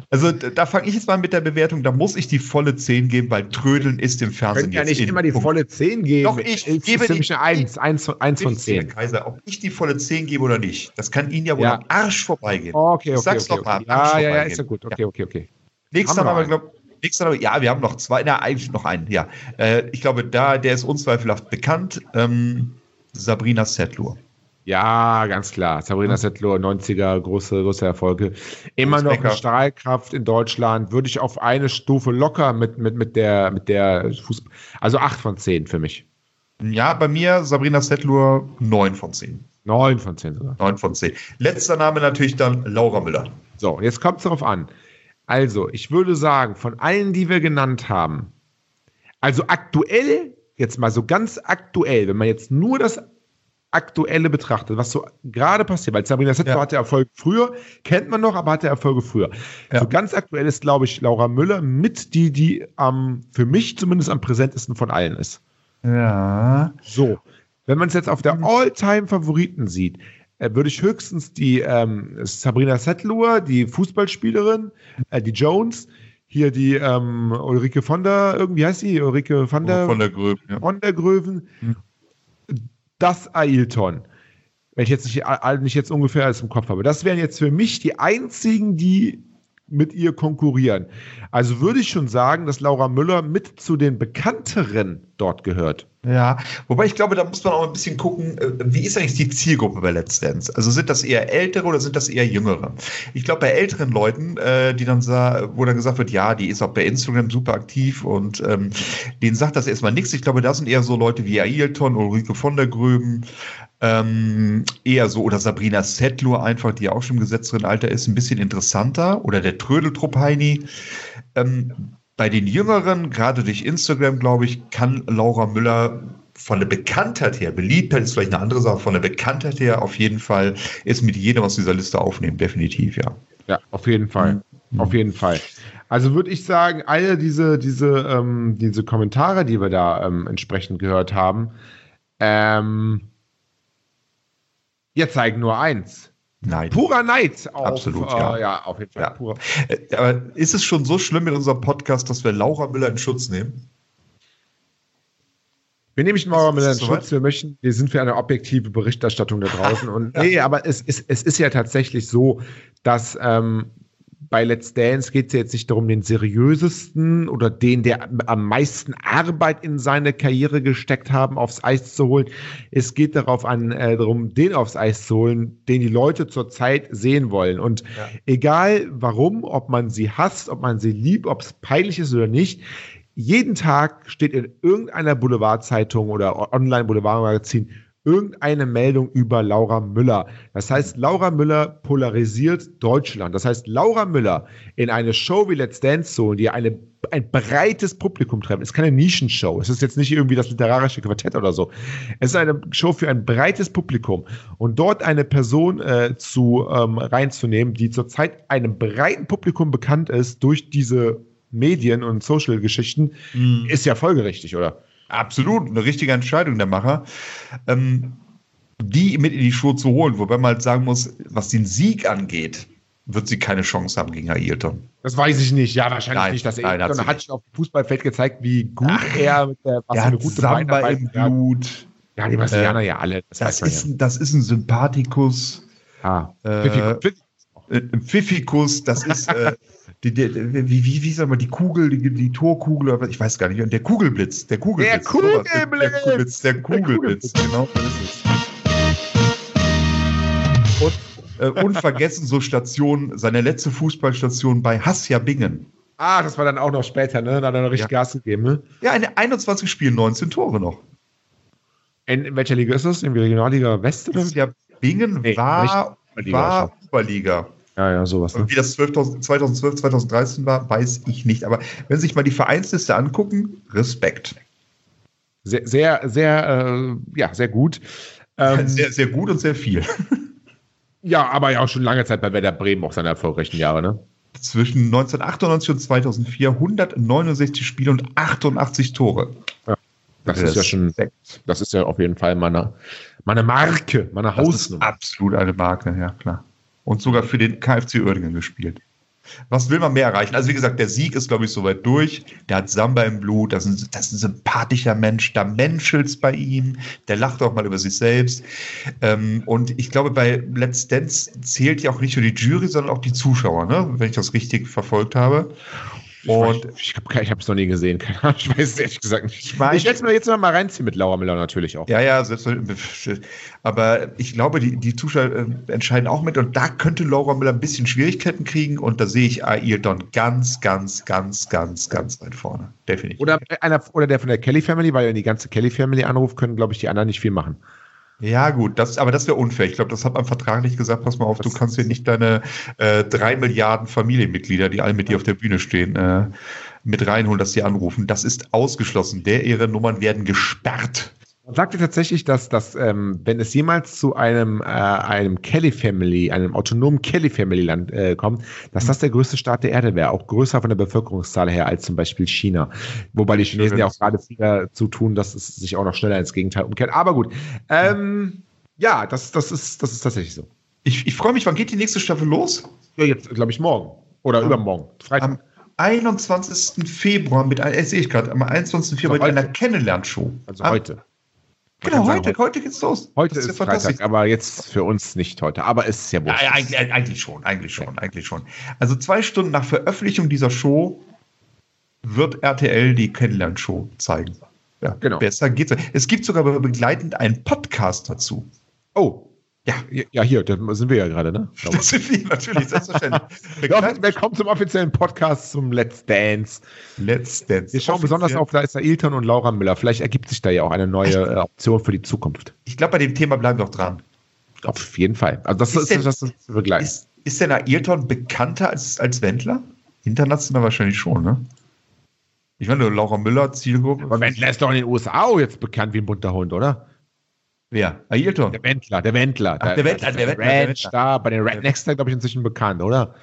[SPEAKER 3] Also d- da fange ich jetzt mal mit der Bewertung. Da muss ich die volle 10 geben, weil Trödeln ist im Fernsehen
[SPEAKER 2] Können ja nicht
[SPEAKER 3] in.
[SPEAKER 2] immer die
[SPEAKER 3] Punkt.
[SPEAKER 2] volle 10 geben.
[SPEAKER 3] Doch, ich
[SPEAKER 2] es
[SPEAKER 3] gebe
[SPEAKER 2] ist nämlich
[SPEAKER 3] die-
[SPEAKER 2] eine 1, 1, von- 1 von
[SPEAKER 3] Wichtig, Herr
[SPEAKER 2] 10.
[SPEAKER 3] Kaiser, ob ich die volle 10 gebe oder nicht, das kann Ihnen ja wohl
[SPEAKER 2] Ja. Oh,
[SPEAKER 3] am Arsch vorbeigehen.
[SPEAKER 2] Okay, okay,
[SPEAKER 3] Sag's
[SPEAKER 2] okay.
[SPEAKER 3] doch mal,
[SPEAKER 2] okay. Ah,
[SPEAKER 3] Arsch
[SPEAKER 2] Ja, ja, ja,
[SPEAKER 3] vorbeigehen.
[SPEAKER 2] ist ja gut. Okay, okay, okay.
[SPEAKER 3] Nächster
[SPEAKER 2] Haben wir
[SPEAKER 3] Name,
[SPEAKER 2] noch
[SPEAKER 3] glaube nächster Name, ja, wir haben noch zwei, na, eigentlich noch einen, ja. Äh, ich glaube, da, der ist unzweifelhaft bekannt. Ähm, Sabrina Setlur.
[SPEAKER 2] Ja, ganz klar. Sabrina Settler, 90er, große, große Erfolge. Immer
[SPEAKER 3] Urs
[SPEAKER 2] noch
[SPEAKER 3] Becker.
[SPEAKER 2] eine Strahlkraft in Deutschland. Würde ich auf eine Stufe locker mit, mit, mit der, mit der Fußball. Also 8 von 10 für mich.
[SPEAKER 3] Ja, bei mir Sabrina Setlur 9 von 10.
[SPEAKER 2] 9 von 10 sogar.
[SPEAKER 3] 9 von 10. Letzter Name natürlich dann Laura Müller.
[SPEAKER 2] So, und jetzt kommt es darauf an. Also, ich würde sagen, von allen, die wir genannt haben, also aktuell, jetzt mal so ganz aktuell, wenn man jetzt nur das Aktuelle betrachtet, was so gerade passiert, weil Sabrina Settler
[SPEAKER 3] Ja.
[SPEAKER 2] hatte Erfolg früher, kennt man noch, aber hatte Erfolge früher.
[SPEAKER 3] Ja.
[SPEAKER 2] So ganz aktuell ist, glaube ich, Laura Müller mit die, die am für mich zumindest am präsentesten von allen ist.
[SPEAKER 3] Ja.
[SPEAKER 2] So, wenn man es jetzt auf der
[SPEAKER 3] Mhm.
[SPEAKER 2] All-Time-Favoriten sieht, äh, würde ich höchstens die ähm, Sabrina Settlur, die Fußballspielerin, äh, die Jones, hier die ähm, Ulrike von der, irgendwie heißt sie, Ulrike von der,
[SPEAKER 3] Von der Gröben. Ja.
[SPEAKER 2] von der Gröven,
[SPEAKER 3] Mhm.
[SPEAKER 2] das Ailton. Wenn ich jetzt nicht, all- nicht jetzt ungefähr alles im Kopf habe. Das wären jetzt für mich die einzigen, die mit ihr konkurrieren. Also würde ich schon sagen, dass Laura Müller mit zu den bekannteren dort gehört.
[SPEAKER 3] Ja, wobei ich glaube, da muss man auch ein bisschen gucken, äh, wie ist eigentlich die Zielgruppe bei Let's Dance? Also sind das eher Ältere oder sind das eher Jüngere? Ich glaube, bei älteren Leuten, äh, die dann sa- wo dann gesagt wird, ja, die ist auch bei Instagram super aktiv und ähm, denen sagt das erstmal nichts. Ich glaube, da sind eher so Leute wie Ailton, Ulrike von der Gröben, ähm, eher so, oder Sabrina Settler einfach, die ja auch schon im gesetzteren Alter ist, ein bisschen interessanter, oder der Trödeltrupp Heini. Ähm, bei den Jüngeren, gerade durch Instagram, glaube ich, kann Laura Müller von der Bekanntheit her, Beliebtheit ist vielleicht eine andere Sache, von der Bekanntheit her auf jeden Fall ist mit jedem aus dieser Liste aufnehmen, definitiv, ja. Mhm.
[SPEAKER 2] Ja, auf jeden Fall. Auf jeden Fall. Also würde ich sagen, alle diese, diese, ähm, diese Kommentare, die wir da ähm, entsprechend gehört haben, ähm, ja, zeigen nur eins.
[SPEAKER 3] Nein.
[SPEAKER 2] Purer Neid auf,
[SPEAKER 3] Absolut,
[SPEAKER 2] äh,
[SPEAKER 3] ja.
[SPEAKER 2] ja, auf jeden Fall.
[SPEAKER 3] Ja.
[SPEAKER 2] Purer.
[SPEAKER 3] Äh, Aber ist es schon so schlimm mit unserem Podcast, dass wir Laura Müller in Schutz nehmen?
[SPEAKER 2] Wir nehmen Mauer
[SPEAKER 3] Ist-
[SPEAKER 2] mit in
[SPEAKER 3] ist soweit?
[SPEAKER 2] Schutz. Wir möchten, wir sind für eine objektive Berichterstattung da
[SPEAKER 3] (laughs)
[SPEAKER 2] draußen. Und nee, aber es, ist es ist ja tatsächlich so, dass ähm, bei Let's Dance geht es ja jetzt nicht darum, den seriösesten oder den, der am- am meisten Arbeit in seine Karriere gesteckt haben, aufs Eis zu holen. Es geht darauf an, äh, darum, den aufs Eis zu holen, den die Leute zurzeit sehen wollen. Und
[SPEAKER 3] Ja.
[SPEAKER 2] egal warum, ob man sie hasst, ob man sie liebt, ob es peinlich ist oder nicht, jeden Tag steht in irgendeiner Boulevardzeitung oder o- Online-Boulevardmagazin irgendeine Meldung über Laura Müller. Das heißt, Laura Müller polarisiert Deutschland. Das heißt, Laura Müller in eine Show wie Let's Dance zu holen, die eine, ein breites Publikum treffen. Es ist keine Nischenshow. Es ist jetzt nicht irgendwie das literarische Quartett oder so. Es ist eine Show für ein breites Publikum. Und dort eine Person äh, zu ähm, reinzunehmen, die zurzeit einem breiten Publikum bekannt ist durch diese Medien und Social-Geschichten, ist ja folgerichtig, oder?
[SPEAKER 3] Absolut, eine richtige Entscheidung der Macher. Ähm, die mit in die Schuhe zu holen, wobei man halt sagen muss, was den Sieg angeht, wird sie keine Chance haben gegen Ailton.
[SPEAKER 2] Das weiß ich nicht. Ja, wahrscheinlich
[SPEAKER 3] Nein,
[SPEAKER 2] nicht. Dass er
[SPEAKER 3] nein, hat sie
[SPEAKER 2] hat sich auf dem Fußballfeld gezeigt, wie gut er mit der was
[SPEAKER 3] Er
[SPEAKER 2] für eine
[SPEAKER 3] hat Samba im
[SPEAKER 2] hat.
[SPEAKER 3] Blut. Äh,
[SPEAKER 2] Ja, die Brasilianer ja alle.
[SPEAKER 3] Das
[SPEAKER 2] weiß
[SPEAKER 3] ist, ein- das ist ein Sympathikus,
[SPEAKER 2] man ja.
[SPEAKER 3] äh,
[SPEAKER 2] Ah. Pfiffi- Pfiffi-
[SPEAKER 3] äh, ein Pfiffikus, (laughs) das ist äh, die, die, wie, wie, wie sagen wir, die Kugel, die, die Torkugel, oder was, ich weiß gar nicht, der Kugelblitz, der Kugelblitz. sowas, Der Kugelblitz, der Kugelblitz, genau. Und äh, unvergessen so Station, seine letzte Fußballstation bei Hassia Bingen.
[SPEAKER 2] Ah, das war dann auch noch später, ne? Da hat er noch richtig Gas gegeben, ne?
[SPEAKER 3] Ja, eine 21 Spiele, 19 Tore noch.
[SPEAKER 2] In, in welcher Liga ist das? In der Regionalliga West oder?
[SPEAKER 3] Hassia Bingen
[SPEAKER 2] Nee,
[SPEAKER 3] war,
[SPEAKER 2] nicht Oberliga
[SPEAKER 3] war Oberliga.
[SPEAKER 2] Ja, ja, sowas.
[SPEAKER 3] Und wie das 12.000 2012, 2013 war, weiß ich nicht. Aber wenn Sie sich mal die Vereinsliste angucken, Respekt.
[SPEAKER 2] Sehr, sehr, sehr, äh, ja, sehr gut. Ähm,
[SPEAKER 3] Sehr, sehr gut und sehr viel. (laughs)
[SPEAKER 2] ja, aber ja auch schon lange Zeit bei Werder Bremen, auch seine erfolgreichen Jahre, ne?
[SPEAKER 3] Zwischen 1998 und 2004 169 Spiele und 88 Tore.
[SPEAKER 2] Das ist ja schon,
[SPEAKER 3] Respekt.
[SPEAKER 2] das ist ja auf jeden Fall meine, meine Marke, meine
[SPEAKER 3] Das ist
[SPEAKER 2] Hausnummer.
[SPEAKER 3] absolut eine Marke, ja klar. Und sogar für den KFC Uerdingen gespielt. Was will man mehr erreichen? Also wie gesagt, der Sieg ist, glaube ich, soweit durch. Der hat Samba im Blut, das ist, ein- das ist ein sympathischer Mensch, da menschelt's bei ihm, der lacht auch mal über sich selbst. Ähm, und ich glaube, bei Let's Dance zählt ja auch nicht nur die Jury, sondern auch die Zuschauer, ne? wenn ich das richtig verfolgt habe. Und
[SPEAKER 2] ich hab- ich habe es noch nie gesehen. (laughs) Keine Ahnung, ich weiß es ehrlich gesagt nicht. Ich,
[SPEAKER 3] weiß-
[SPEAKER 2] werde es mir jetzt mal reinziehen mit Laura Müller natürlich auch.
[SPEAKER 3] Ja, ja, selbstverständlich. Aber ich glaube, die, die Zuschauer äh, entscheiden auch mit. Und da könnte Laura Müller ein bisschen Schwierigkeiten kriegen. Und da sehe ich Ayrton ganz, ganz, ganz, ganz, ganz weit vorne. Definitiv.
[SPEAKER 2] Oder, einer, oder der von der Kelly Family, weil wenn die ganze Kelly Family anruft, können, glaube ich, die anderen nicht viel machen.
[SPEAKER 3] Ja, gut, das, aber das wäre unfair. Ich glaube, das hat man vertraglich gesagt. Pass mal auf, du kannst hier nicht deine äh, drei Milliarden Familienmitglieder, die alle mit dir auf der Bühne stehen, äh, mit reinholen, dass die anrufen. Das ist ausgeschlossen. Der ihre Nummern werden gesperrt.
[SPEAKER 2] Man sagte tatsächlich, dass, dass ähm, wenn es jemals zu einem, äh, einem Kelly Family, einem autonomen Kelly Family Land äh, kommt, dass das der größte Staat der Erde wäre, auch größer von der Bevölkerungszahl her als zum Beispiel China. Wobei die Chinesen ja auch gerade viel dazu tun, dass es sich auch noch schneller ins Gegenteil umkehrt. Aber gut. Ähm, ja, das, das, ist, das ist tatsächlich so.
[SPEAKER 3] Ich, ich freue mich, wann geht die nächste Staffel los?
[SPEAKER 2] Ja, jetzt glaube ich morgen. Oder
[SPEAKER 3] Am-
[SPEAKER 2] übermorgen. Freitag.
[SPEAKER 3] am 21. Februar mit einer, äh, sehe ich gerade, am 21. Februar mit
[SPEAKER 2] Also heute.
[SPEAKER 3] einer Kennenlernshow.
[SPEAKER 2] also
[SPEAKER 3] Am-
[SPEAKER 2] heute. Man
[SPEAKER 3] Genau,
[SPEAKER 2] kann sagen,
[SPEAKER 3] heute, heute, geht's los.
[SPEAKER 2] Heute
[SPEAKER 3] Das
[SPEAKER 2] ist
[SPEAKER 3] ja fantastisch.
[SPEAKER 2] Freitag, aber jetzt für uns nicht heute. Aber es ist ja
[SPEAKER 3] Ja,
[SPEAKER 2] wurscht.
[SPEAKER 3] ja, eigentlich, äh, eigentlich schon, eigentlich schon, eigentlich schon. Also zwei Stunden nach Veröffentlichung dieser Show wird RTL die Kennenlernshow zeigen. Ja,
[SPEAKER 2] Genau.
[SPEAKER 3] Besser geht's. nicht. Es gibt sogar begleitend einen Podcast dazu. (laughs)
[SPEAKER 2] Oh.
[SPEAKER 3] Ja.
[SPEAKER 2] Ja, hier, da sind wir ja gerade, ne? Glaube
[SPEAKER 3] (laughs) Das sind wir natürlich, selbstverständlich. Begleitend-
[SPEAKER 2] Willkommen zum offiziellen Podcast zum Let's Dance.
[SPEAKER 3] Let's Dance.
[SPEAKER 2] Wir schauen besonders
[SPEAKER 3] Offiziell-
[SPEAKER 2] auf Laisa Ilton und Laura Müller. Vielleicht ergibt sich da ja auch eine neue äh, Option für die Zukunft.
[SPEAKER 3] Ich glaube, bei dem Thema bleiben wir auch dran.
[SPEAKER 2] Auf jeden Fall. Also das
[SPEAKER 3] Ist
[SPEAKER 2] ist,
[SPEAKER 3] denn-
[SPEAKER 2] das ist begleiten.
[SPEAKER 3] Ist, ist denn Ayrton bekannter als, als Wendler? International wahrscheinlich schon, ne? Ich meine, Laura Müller, Zielgruppe.
[SPEAKER 2] Aber Wendler ist doch in den USA auch Oh, jetzt bekannt wie ein bunter Hund, oder?
[SPEAKER 3] Wer? Ayrton.
[SPEAKER 2] Der Wendler, der Wendler.
[SPEAKER 3] Ach, der Wendler, der Wendler, der
[SPEAKER 2] Ranch
[SPEAKER 3] Wendler.
[SPEAKER 2] da, bei den Rednecks, glaube ich, inzwischen bekannt, oder?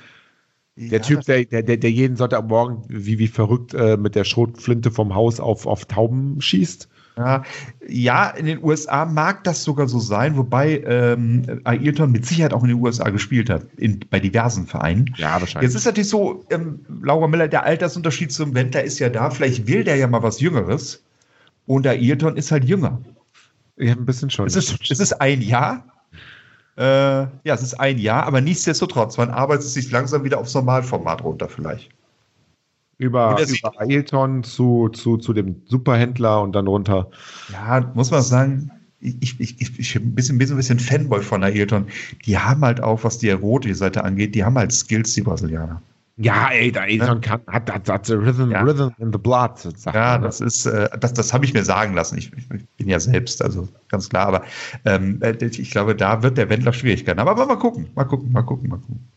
[SPEAKER 2] Der Typ, der, der, der der jeden Sonntagmorgen wie, wie verrückt äh, mit der Schrotflinte vom Haus auf, auf Tauben schießt.
[SPEAKER 3] Ja, ja, in den USA mag das sogar so sein, wobei ähm, Ayrton mit Sicherheit auch in den USA gespielt hat, in, bei diversen Vereinen.
[SPEAKER 2] Ja,
[SPEAKER 3] Jetzt ist natürlich so, ähm, Laura Miller, der Altersunterschied zum Wendler ist ja da, vielleicht will der ja mal was Jüngeres und Ayrton ist halt jünger.
[SPEAKER 2] Ja, ein bisschen schon.
[SPEAKER 3] Es ist, es ist ein Jahr. Äh, ja, es ist ein Jahr, aber nichtsdestotrotz, man arbeitet sich langsam wieder aufs Normalformat runter, vielleicht.
[SPEAKER 2] über
[SPEAKER 3] Und das-
[SPEAKER 2] über Ailton zu, zu, zu dem Superhändler und dann runter.
[SPEAKER 3] Ja, muss man sagen, ich, ich, ich, ich bin ein bisschen, bisschen, bisschen Fanboy von Ayrton. Die haben halt auch, was die erotische Seite angeht, die haben halt Skills, die Brasilianer.
[SPEAKER 2] Ja, ey, der Ailton kann, hat, hat, hat the rhythm,
[SPEAKER 3] ne? Ja.
[SPEAKER 2] rhythm in the blood. Sagt
[SPEAKER 3] Ja,
[SPEAKER 2] man, ne?
[SPEAKER 3] das ist, äh, das, das habe ich mir sagen lassen. Ich, ich ich bin ja selbst, also ganz klar. Aber ähm, äh, ich glaube, da wird der Wendler Schwierigkeiten. haben. Aber, aber mal gucken, mal gucken, mal gucken, mal gucken.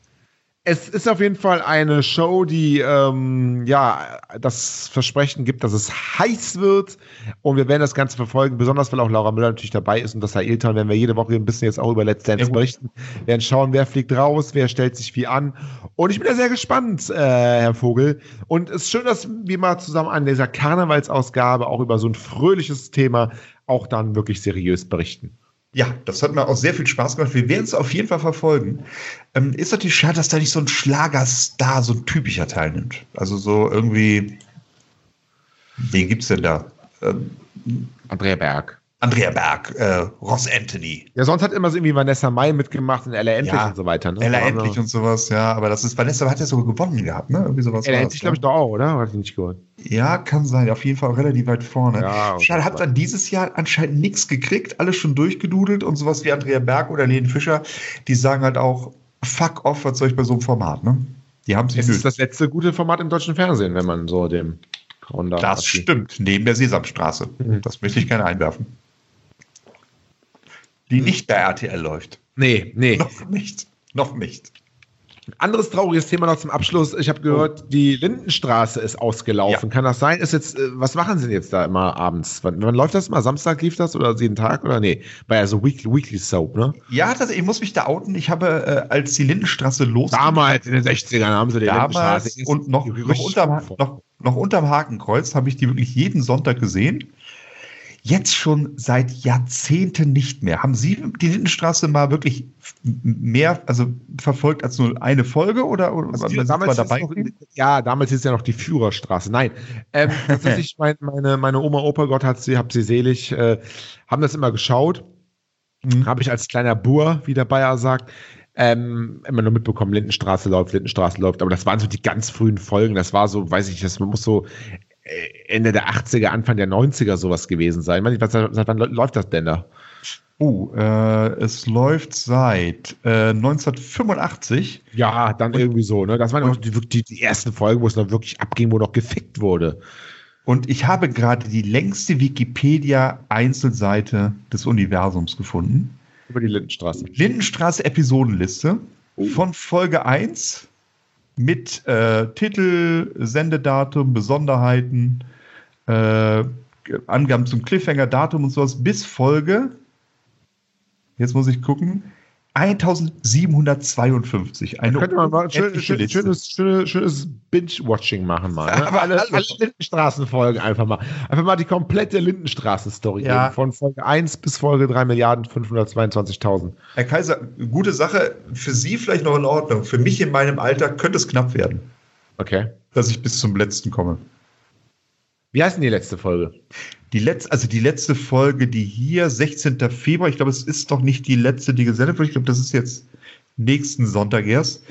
[SPEAKER 2] Es ist auf jeden Fall eine Show, die ähm, ja das Versprechen gibt, dass es heiß wird. Und wir werden das Ganze verfolgen, besonders weil auch Laura Müller natürlich dabei ist und das Herr Eltern werden wir jede Woche ein bisschen jetzt auch über Let's Dance
[SPEAKER 3] Ja, gut.
[SPEAKER 2] berichten. Wir werden schauen, wer fliegt raus, wer stellt sich wie an. Und ich bin da sehr gespannt, äh, Herr Vogel. Und es ist schön, dass wir mal zusammen an dieser Karnevalsausgabe auch über so ein fröhliches Thema auch dann wirklich seriös berichten.
[SPEAKER 3] Ja, das hat mir auch sehr viel Spaß gemacht. Wir werden es auf jeden Fall verfolgen. Ähm, ist natürlich schade, dass da nicht so ein Schlagerstar, so ein typischer teilnimmt. Also so irgendwie, wen gibt's denn da? Ähm,
[SPEAKER 2] Andrea Berg.
[SPEAKER 3] Andrea Berg, äh, Ross Anthony,
[SPEAKER 2] Ja, sonst hat immer so irgendwie Vanessa Mai mitgemacht und Ella Endlich
[SPEAKER 3] Ja,
[SPEAKER 2] und so weiter. Ne?
[SPEAKER 3] Ella
[SPEAKER 2] Aber-
[SPEAKER 3] Endlich und sowas, ja, aber das ist, Vanessa hat ja sogar gewonnen gehabt, ne? Irgendwie sowas.
[SPEAKER 2] Er
[SPEAKER 3] war
[SPEAKER 2] nennt
[SPEAKER 3] das,
[SPEAKER 2] sich,
[SPEAKER 3] ne?
[SPEAKER 2] glaube ich, doch auch, oder? Hat ihn nicht geholt.
[SPEAKER 3] Ja, kann sein. Auf jeden Fall auch relativ weit vorne.
[SPEAKER 2] Ja, okay.
[SPEAKER 3] Schade, hat man dieses Jahr anscheinend nichts gekriegt, alles schon durchgedudelt und sowas wie Andrea Berg oder Lene Fischer, die sagen halt auch, fuck off, was soll ich bei so einem Format, ne? Die haben
[SPEAKER 2] Es
[SPEAKER 3] sich
[SPEAKER 2] ist das letzte gute Format im deutschen Fernsehen, wenn man so dem Frauen da
[SPEAKER 3] Das
[SPEAKER 2] abgeht.
[SPEAKER 3] stimmt, neben der Sesamstraße.
[SPEAKER 2] Mhm.
[SPEAKER 3] Das möchte ich gerne einwerfen. Die nicht bei RTL läuft.
[SPEAKER 2] Nee, Mhm. nee.
[SPEAKER 3] Noch nicht. Noch nicht.
[SPEAKER 2] Anderes trauriges Thema noch zum Abschluss. Ich habe
[SPEAKER 3] Oh.
[SPEAKER 2] gehört, die Lindenstraße ist ausgelaufen. Kann das sein? Ist jetzt, äh, was machen sie denn jetzt da immer abends? Wann, wann läuft das mal? Samstag lief das oder jeden Tag? Oder nee? Bei also Weekly, Weekly Soap, ne?
[SPEAKER 3] Ja, das, ich muss mich da outen. Ich habe, äh, als die Lindenstraße losging,
[SPEAKER 2] Damals in den 60ern haben sie die
[SPEAKER 3] damals
[SPEAKER 2] Lindenstraße.
[SPEAKER 3] und noch, noch, unterm, noch, noch unterm Hakenkreuz habe ich die wirklich jeden Sonntag gesehen. Jetzt schon seit Jahrzehnten nicht mehr. Haben Sie die Lindenstraße mal wirklich m- mehr also verfolgt als nur eine Folge oder, oder
[SPEAKER 2] Also die-
[SPEAKER 3] sind Sie mal
[SPEAKER 2] damals
[SPEAKER 3] dabei? Mhm.
[SPEAKER 2] hieß
[SPEAKER 3] gewesen?
[SPEAKER 2] noch, ja, damals ist ja noch die Führerstraße. Nein, (laughs) ähm, tatsächlich mein, meine, meine Oma, Opa, Gott hat sie, hab sie selig, äh, haben das immer geschaut.
[SPEAKER 3] Mhm.
[SPEAKER 2] Habe ich als kleiner Bur, wie der Bayer sagt, ähm, immer nur mitbekommen, Lindenstraße läuft, Lindenstraße läuft. Aber das waren so die ganz frühen Folgen. Das war so, weiß ich nicht, das muss so äh, Ende der 80er, Anfang der 90er sowas gewesen sein. Ich meine, was, seit wann läuft das denn da?
[SPEAKER 3] Oh, äh, es läuft seit äh, 1985.
[SPEAKER 2] Ja, dann irgendwie so. Ne? Das waren auch die, die, die ersten Folgen, wo es noch wirklich abging, wo noch gefickt wurde.
[SPEAKER 3] Und ich habe gerade die längste Wikipedia-Einzelseite des Universums gefunden.
[SPEAKER 2] Über die Lindenstraße.
[SPEAKER 3] Lindenstraße Episodenliste
[SPEAKER 2] Oh.
[SPEAKER 3] von Folge 1 mit äh, Titel, Sendedatum, Besonderheiten, äh, Angaben zum Cliffhanger, Datum und sowas bis Folge, jetzt muss ich gucken, 1752. Eine
[SPEAKER 2] Könnte man mal ein schön,
[SPEAKER 3] unendliche
[SPEAKER 2] schön,
[SPEAKER 3] Liste.
[SPEAKER 2] schönes, schönes, schönes Binge-Watching machen mal. Ne?
[SPEAKER 3] Aber
[SPEAKER 2] alle,
[SPEAKER 3] hallo.
[SPEAKER 2] alle Lindenstraßen-Folgen einfach mal. Einfach mal die komplette Lindenstraßen-Story
[SPEAKER 3] Ja.
[SPEAKER 2] geben. Von Folge 1 bis Folge 3 Milliarden 522.000.
[SPEAKER 3] Herr Kaiser, gute Sache, für Sie vielleicht noch in Ordnung. Für mich in meinem Alter könnte es knapp werden,
[SPEAKER 2] Okay.
[SPEAKER 3] dass ich bis zum letzten komme.
[SPEAKER 2] Wie heißt denn die letzte Folge?
[SPEAKER 3] Die letzte, also die letzte Folge, die hier, 16. Februar, ich glaube, es ist doch nicht die letzte, die gesendet wird. Ich glaube, das ist jetzt nächsten Sonntag erst.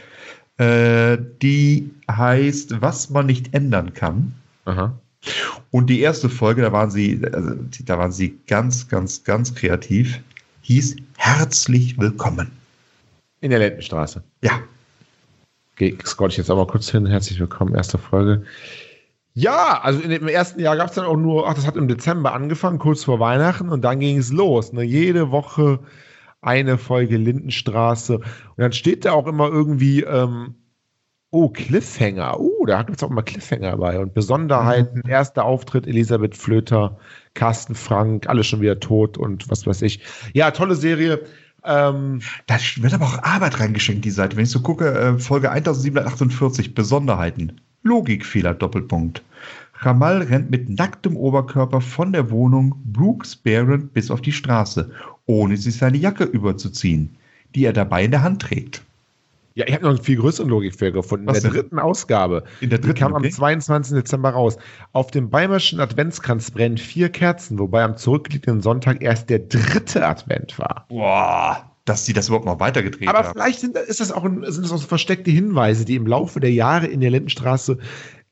[SPEAKER 3] Äh, die heißt, was man nicht ändern kann.
[SPEAKER 2] Aha.
[SPEAKER 3] Und die erste Folge, da waren sie, also, da waren sie ganz, ganz, ganz kreativ, hieß Herzlich Willkommen.
[SPEAKER 2] In der Lindenstraße.
[SPEAKER 3] Ja,
[SPEAKER 2] Ge- Scroll ich jetzt auch mal kurz hin. Herzlich willkommen, erste Folge. Ja, also in dem ersten Jahr gab es dann auch nur, ach, das hat im Dezember angefangen, kurz vor Weihnachten und dann ging es los. Ne? Jede Woche eine Folge Lindenstraße. Und dann steht da auch immer irgendwie, ähm, oh, Cliffhanger. Oh, da gibt es auch immer Cliffhanger bei. Und Besonderheiten, erster Auftritt, Elisabeth Flöter, Carsten Frank, alle schon wieder tot und was weiß ich. Ja, tolle Serie. Ähm,
[SPEAKER 3] Da wird aber auch Arbeit reingeschenkt, die Seite. Wenn ich so gucke, äh, Folge 1748, Besonderheiten. Logikfehler, Doppelpunkt. Ramal rennt mit nacktem Oberkörper von der Wohnung Brooks Barrett bis auf die Straße, ohne sich seine Jacke überzuziehen, die er dabei in der Hand trägt.
[SPEAKER 2] ja, ich habe noch einen viel größeren Logikfehler gefunden. In
[SPEAKER 3] Was
[SPEAKER 2] der
[SPEAKER 3] denn?
[SPEAKER 2] dritten Ausgabe.
[SPEAKER 3] In der
[SPEAKER 2] Die
[SPEAKER 3] dritten
[SPEAKER 2] kam am
[SPEAKER 3] okay?
[SPEAKER 2] 22. Dezember raus. Auf dem Beimerschen Adventskranz brennen vier Kerzen, wobei am zurückliegenden Sonntag erst der dritte Advent war.
[SPEAKER 3] Boah, dass die das überhaupt noch weitergedreht
[SPEAKER 2] Aber
[SPEAKER 3] haben.
[SPEAKER 2] vielleicht sind, ist das auch ein, sind das auch so versteckte Hinweise, die im Laufe der Jahre in der Lindenstraße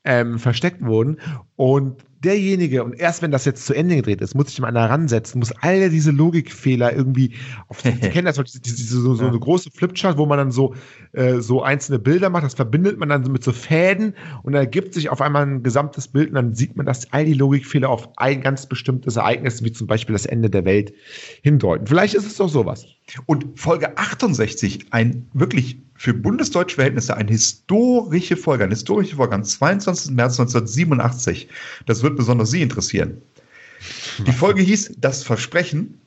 [SPEAKER 2] ähm, versteckt wurden. Und derjenige, und erst wenn das jetzt zu Ende gedreht ist, muss sich mal einer ransetzen, muss all diese Logikfehler irgendwie auf die, die kennen das, diese, diese, so, so eine große Flipchart, wo man dann so, äh, so einzelne Bilder macht, das verbindet man dann so mit so Fäden und dann ergibt sich auf einmal ein gesamtes Bild und dann sieht man, dass all die Logikfehler auf ein ganz bestimmtes Ereignis, wie zum Beispiel das Ende der Welt, hindeuten. Vielleicht ist es doch sowas.
[SPEAKER 3] Und Folge 68, ein wirklich für bundesdeutsche Verhältnisse eine historische Folge, eine historische Folge am 22. März 1987. Das wird besonders Sie interessieren. Die Folge hieß Das Versprechen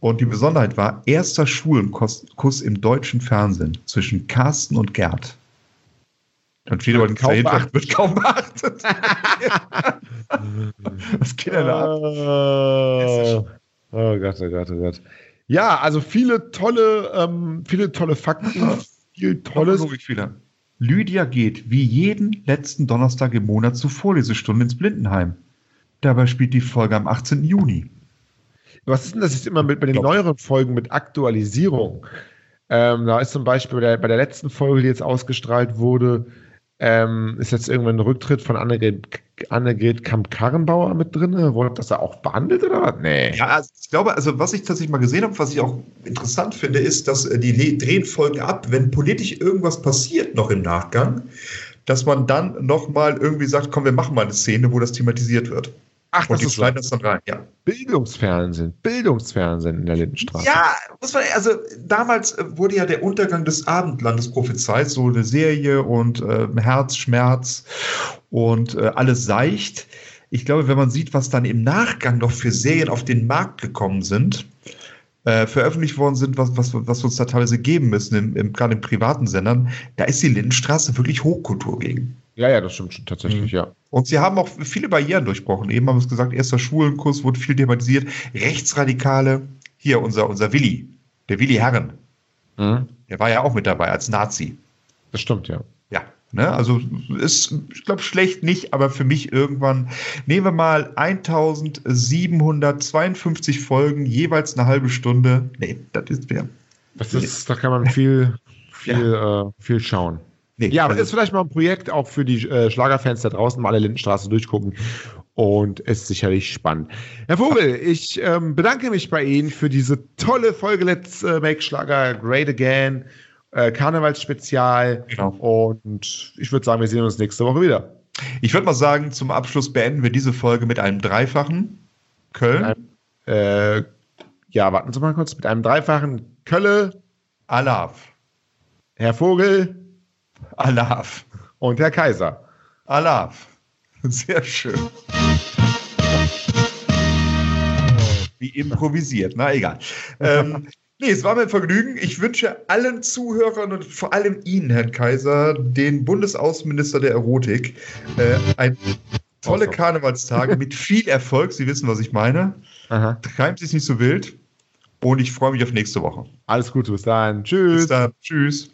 [SPEAKER 3] und die Besonderheit war erster Schulenkuss im deutschen Fernsehen zwischen Carsten und Gerd. Dann steht aber den
[SPEAKER 2] Kaum
[SPEAKER 3] dahinter, (laughs) wird kaum beachtet. Was geht denn da ab?
[SPEAKER 2] Oh, oh Gott, oh Gott, oh Gott. Ja, also viele tolle, ähm, viele tolle Fakten, viel
[SPEAKER 3] Tolles
[SPEAKER 2] Tolles.
[SPEAKER 3] Logikfehler. Lydia geht wie jeden letzten Donnerstag im Monat zur Vorlesestunde ins Blindenheim. Dabei spielt die Folge am 18. Juni.
[SPEAKER 2] Was ist denn das jetzt immer mit bei den neueren Folgen mit Aktualisierung? Ähm, da ist zum Beispiel bei der, bei der letzten Folge, die jetzt ausgestrahlt wurde, ähm, ist jetzt irgendwann ein Rücktritt von Annegret, Annegret Kamp-Karrenbauer mit drin. Wurde das da auch behandelt oder was? Nee.
[SPEAKER 3] Ja, also ich glaube, also was ich tatsächlich mal gesehen habe, was ich auch interessant finde, ist, dass äh, die le- drehen Folgen ab, wenn politisch irgendwas passiert noch im Nachgang, dass man dann nochmal irgendwie sagt, komm, wir machen mal eine Szene, wo das thematisiert wird.
[SPEAKER 2] Ach,
[SPEAKER 3] Und
[SPEAKER 2] das
[SPEAKER 3] die
[SPEAKER 2] ist was.
[SPEAKER 3] schneiden das dann rein, ja.
[SPEAKER 2] Bildungsfernsehen. Bildungsfernsehen in der Lindenstraße.
[SPEAKER 3] Ja, muss man, also damals äh, wurde ja der Untergang des Abendlandes prophezeit, so eine Serie und äh, Herzschmerz und äh, alles seicht. Ich glaube, wenn man sieht, was dann im Nachgang noch für Serien auf den Markt gekommen sind, äh, veröffentlicht worden sind, was, was, was wir uns da teilweise geben müssen, im, im, gerade in privaten Sendern, da ist die Lindenstraße wirklich Hochkultur gegen.
[SPEAKER 2] ja, ja, das stimmt schon tatsächlich, ja.
[SPEAKER 3] Und sie haben auch viele Barrieren durchbrochen. Eben haben wir es gesagt, erster Schwulenkurs wurde viel thematisiert. Rechtsradikale, hier unser, unser Willi, der Willi Herren,
[SPEAKER 2] Mhm.
[SPEAKER 3] der war ja auch mit dabei als Nazi.
[SPEAKER 2] Das stimmt, ja.
[SPEAKER 3] Ja, ne? also ist, ich glaube, schlecht nicht, aber für mich irgendwann, nehmen wir mal 1752 Folgen, jeweils eine halbe Stunde. Nee, das ist mehr.
[SPEAKER 2] Das ist, da kann man viel, viel, äh, viel schauen.
[SPEAKER 3] Nee,
[SPEAKER 2] Ja, aber
[SPEAKER 3] also-
[SPEAKER 2] das ist vielleicht mal ein Projekt auch für die äh, Schlagerfans da draußen, mal alle Lindenstraße durchgucken. Und ist sicherlich spannend. Herr Vogel, ich ähm, bedanke mich bei Ihnen für diese tolle Folge Let's äh, Make Schlager Great Again, äh, Karnevalsspezial.
[SPEAKER 3] Genau.
[SPEAKER 2] Und ich würde sagen, wir sehen uns nächste Woche wieder.
[SPEAKER 3] Ich würde mal sagen, zum Abschluss beenden wir diese Folge mit einem Dreifachen. Köln,
[SPEAKER 2] Äh, ja, warten Sie mal kurz. Mit einem dreifachen Kölle,
[SPEAKER 3] Alaf,
[SPEAKER 2] Herr Vogel
[SPEAKER 3] Alaf,
[SPEAKER 2] und Herr Kaiser.
[SPEAKER 3] Alaf. Sehr schön. Wie improvisiert, na egal. Ähm, nee, es war mir ein Vergnügen. Ich wünsche allen Zuhörern und vor allem Ihnen, Herrn Kaiser, den Bundesaußenminister der Erotik, äh, ein tolle
[SPEAKER 2] Awesome. (laughs)
[SPEAKER 3] Karnevalstage mit viel Erfolg. Sie wissen, was ich meine.
[SPEAKER 2] Aha.
[SPEAKER 3] Treibt sich nicht so wild. Und ich freue mich auf nächste Woche.
[SPEAKER 2] Alles Gute, bis dahin. Tschüss.
[SPEAKER 3] Bis dann. Tschüss.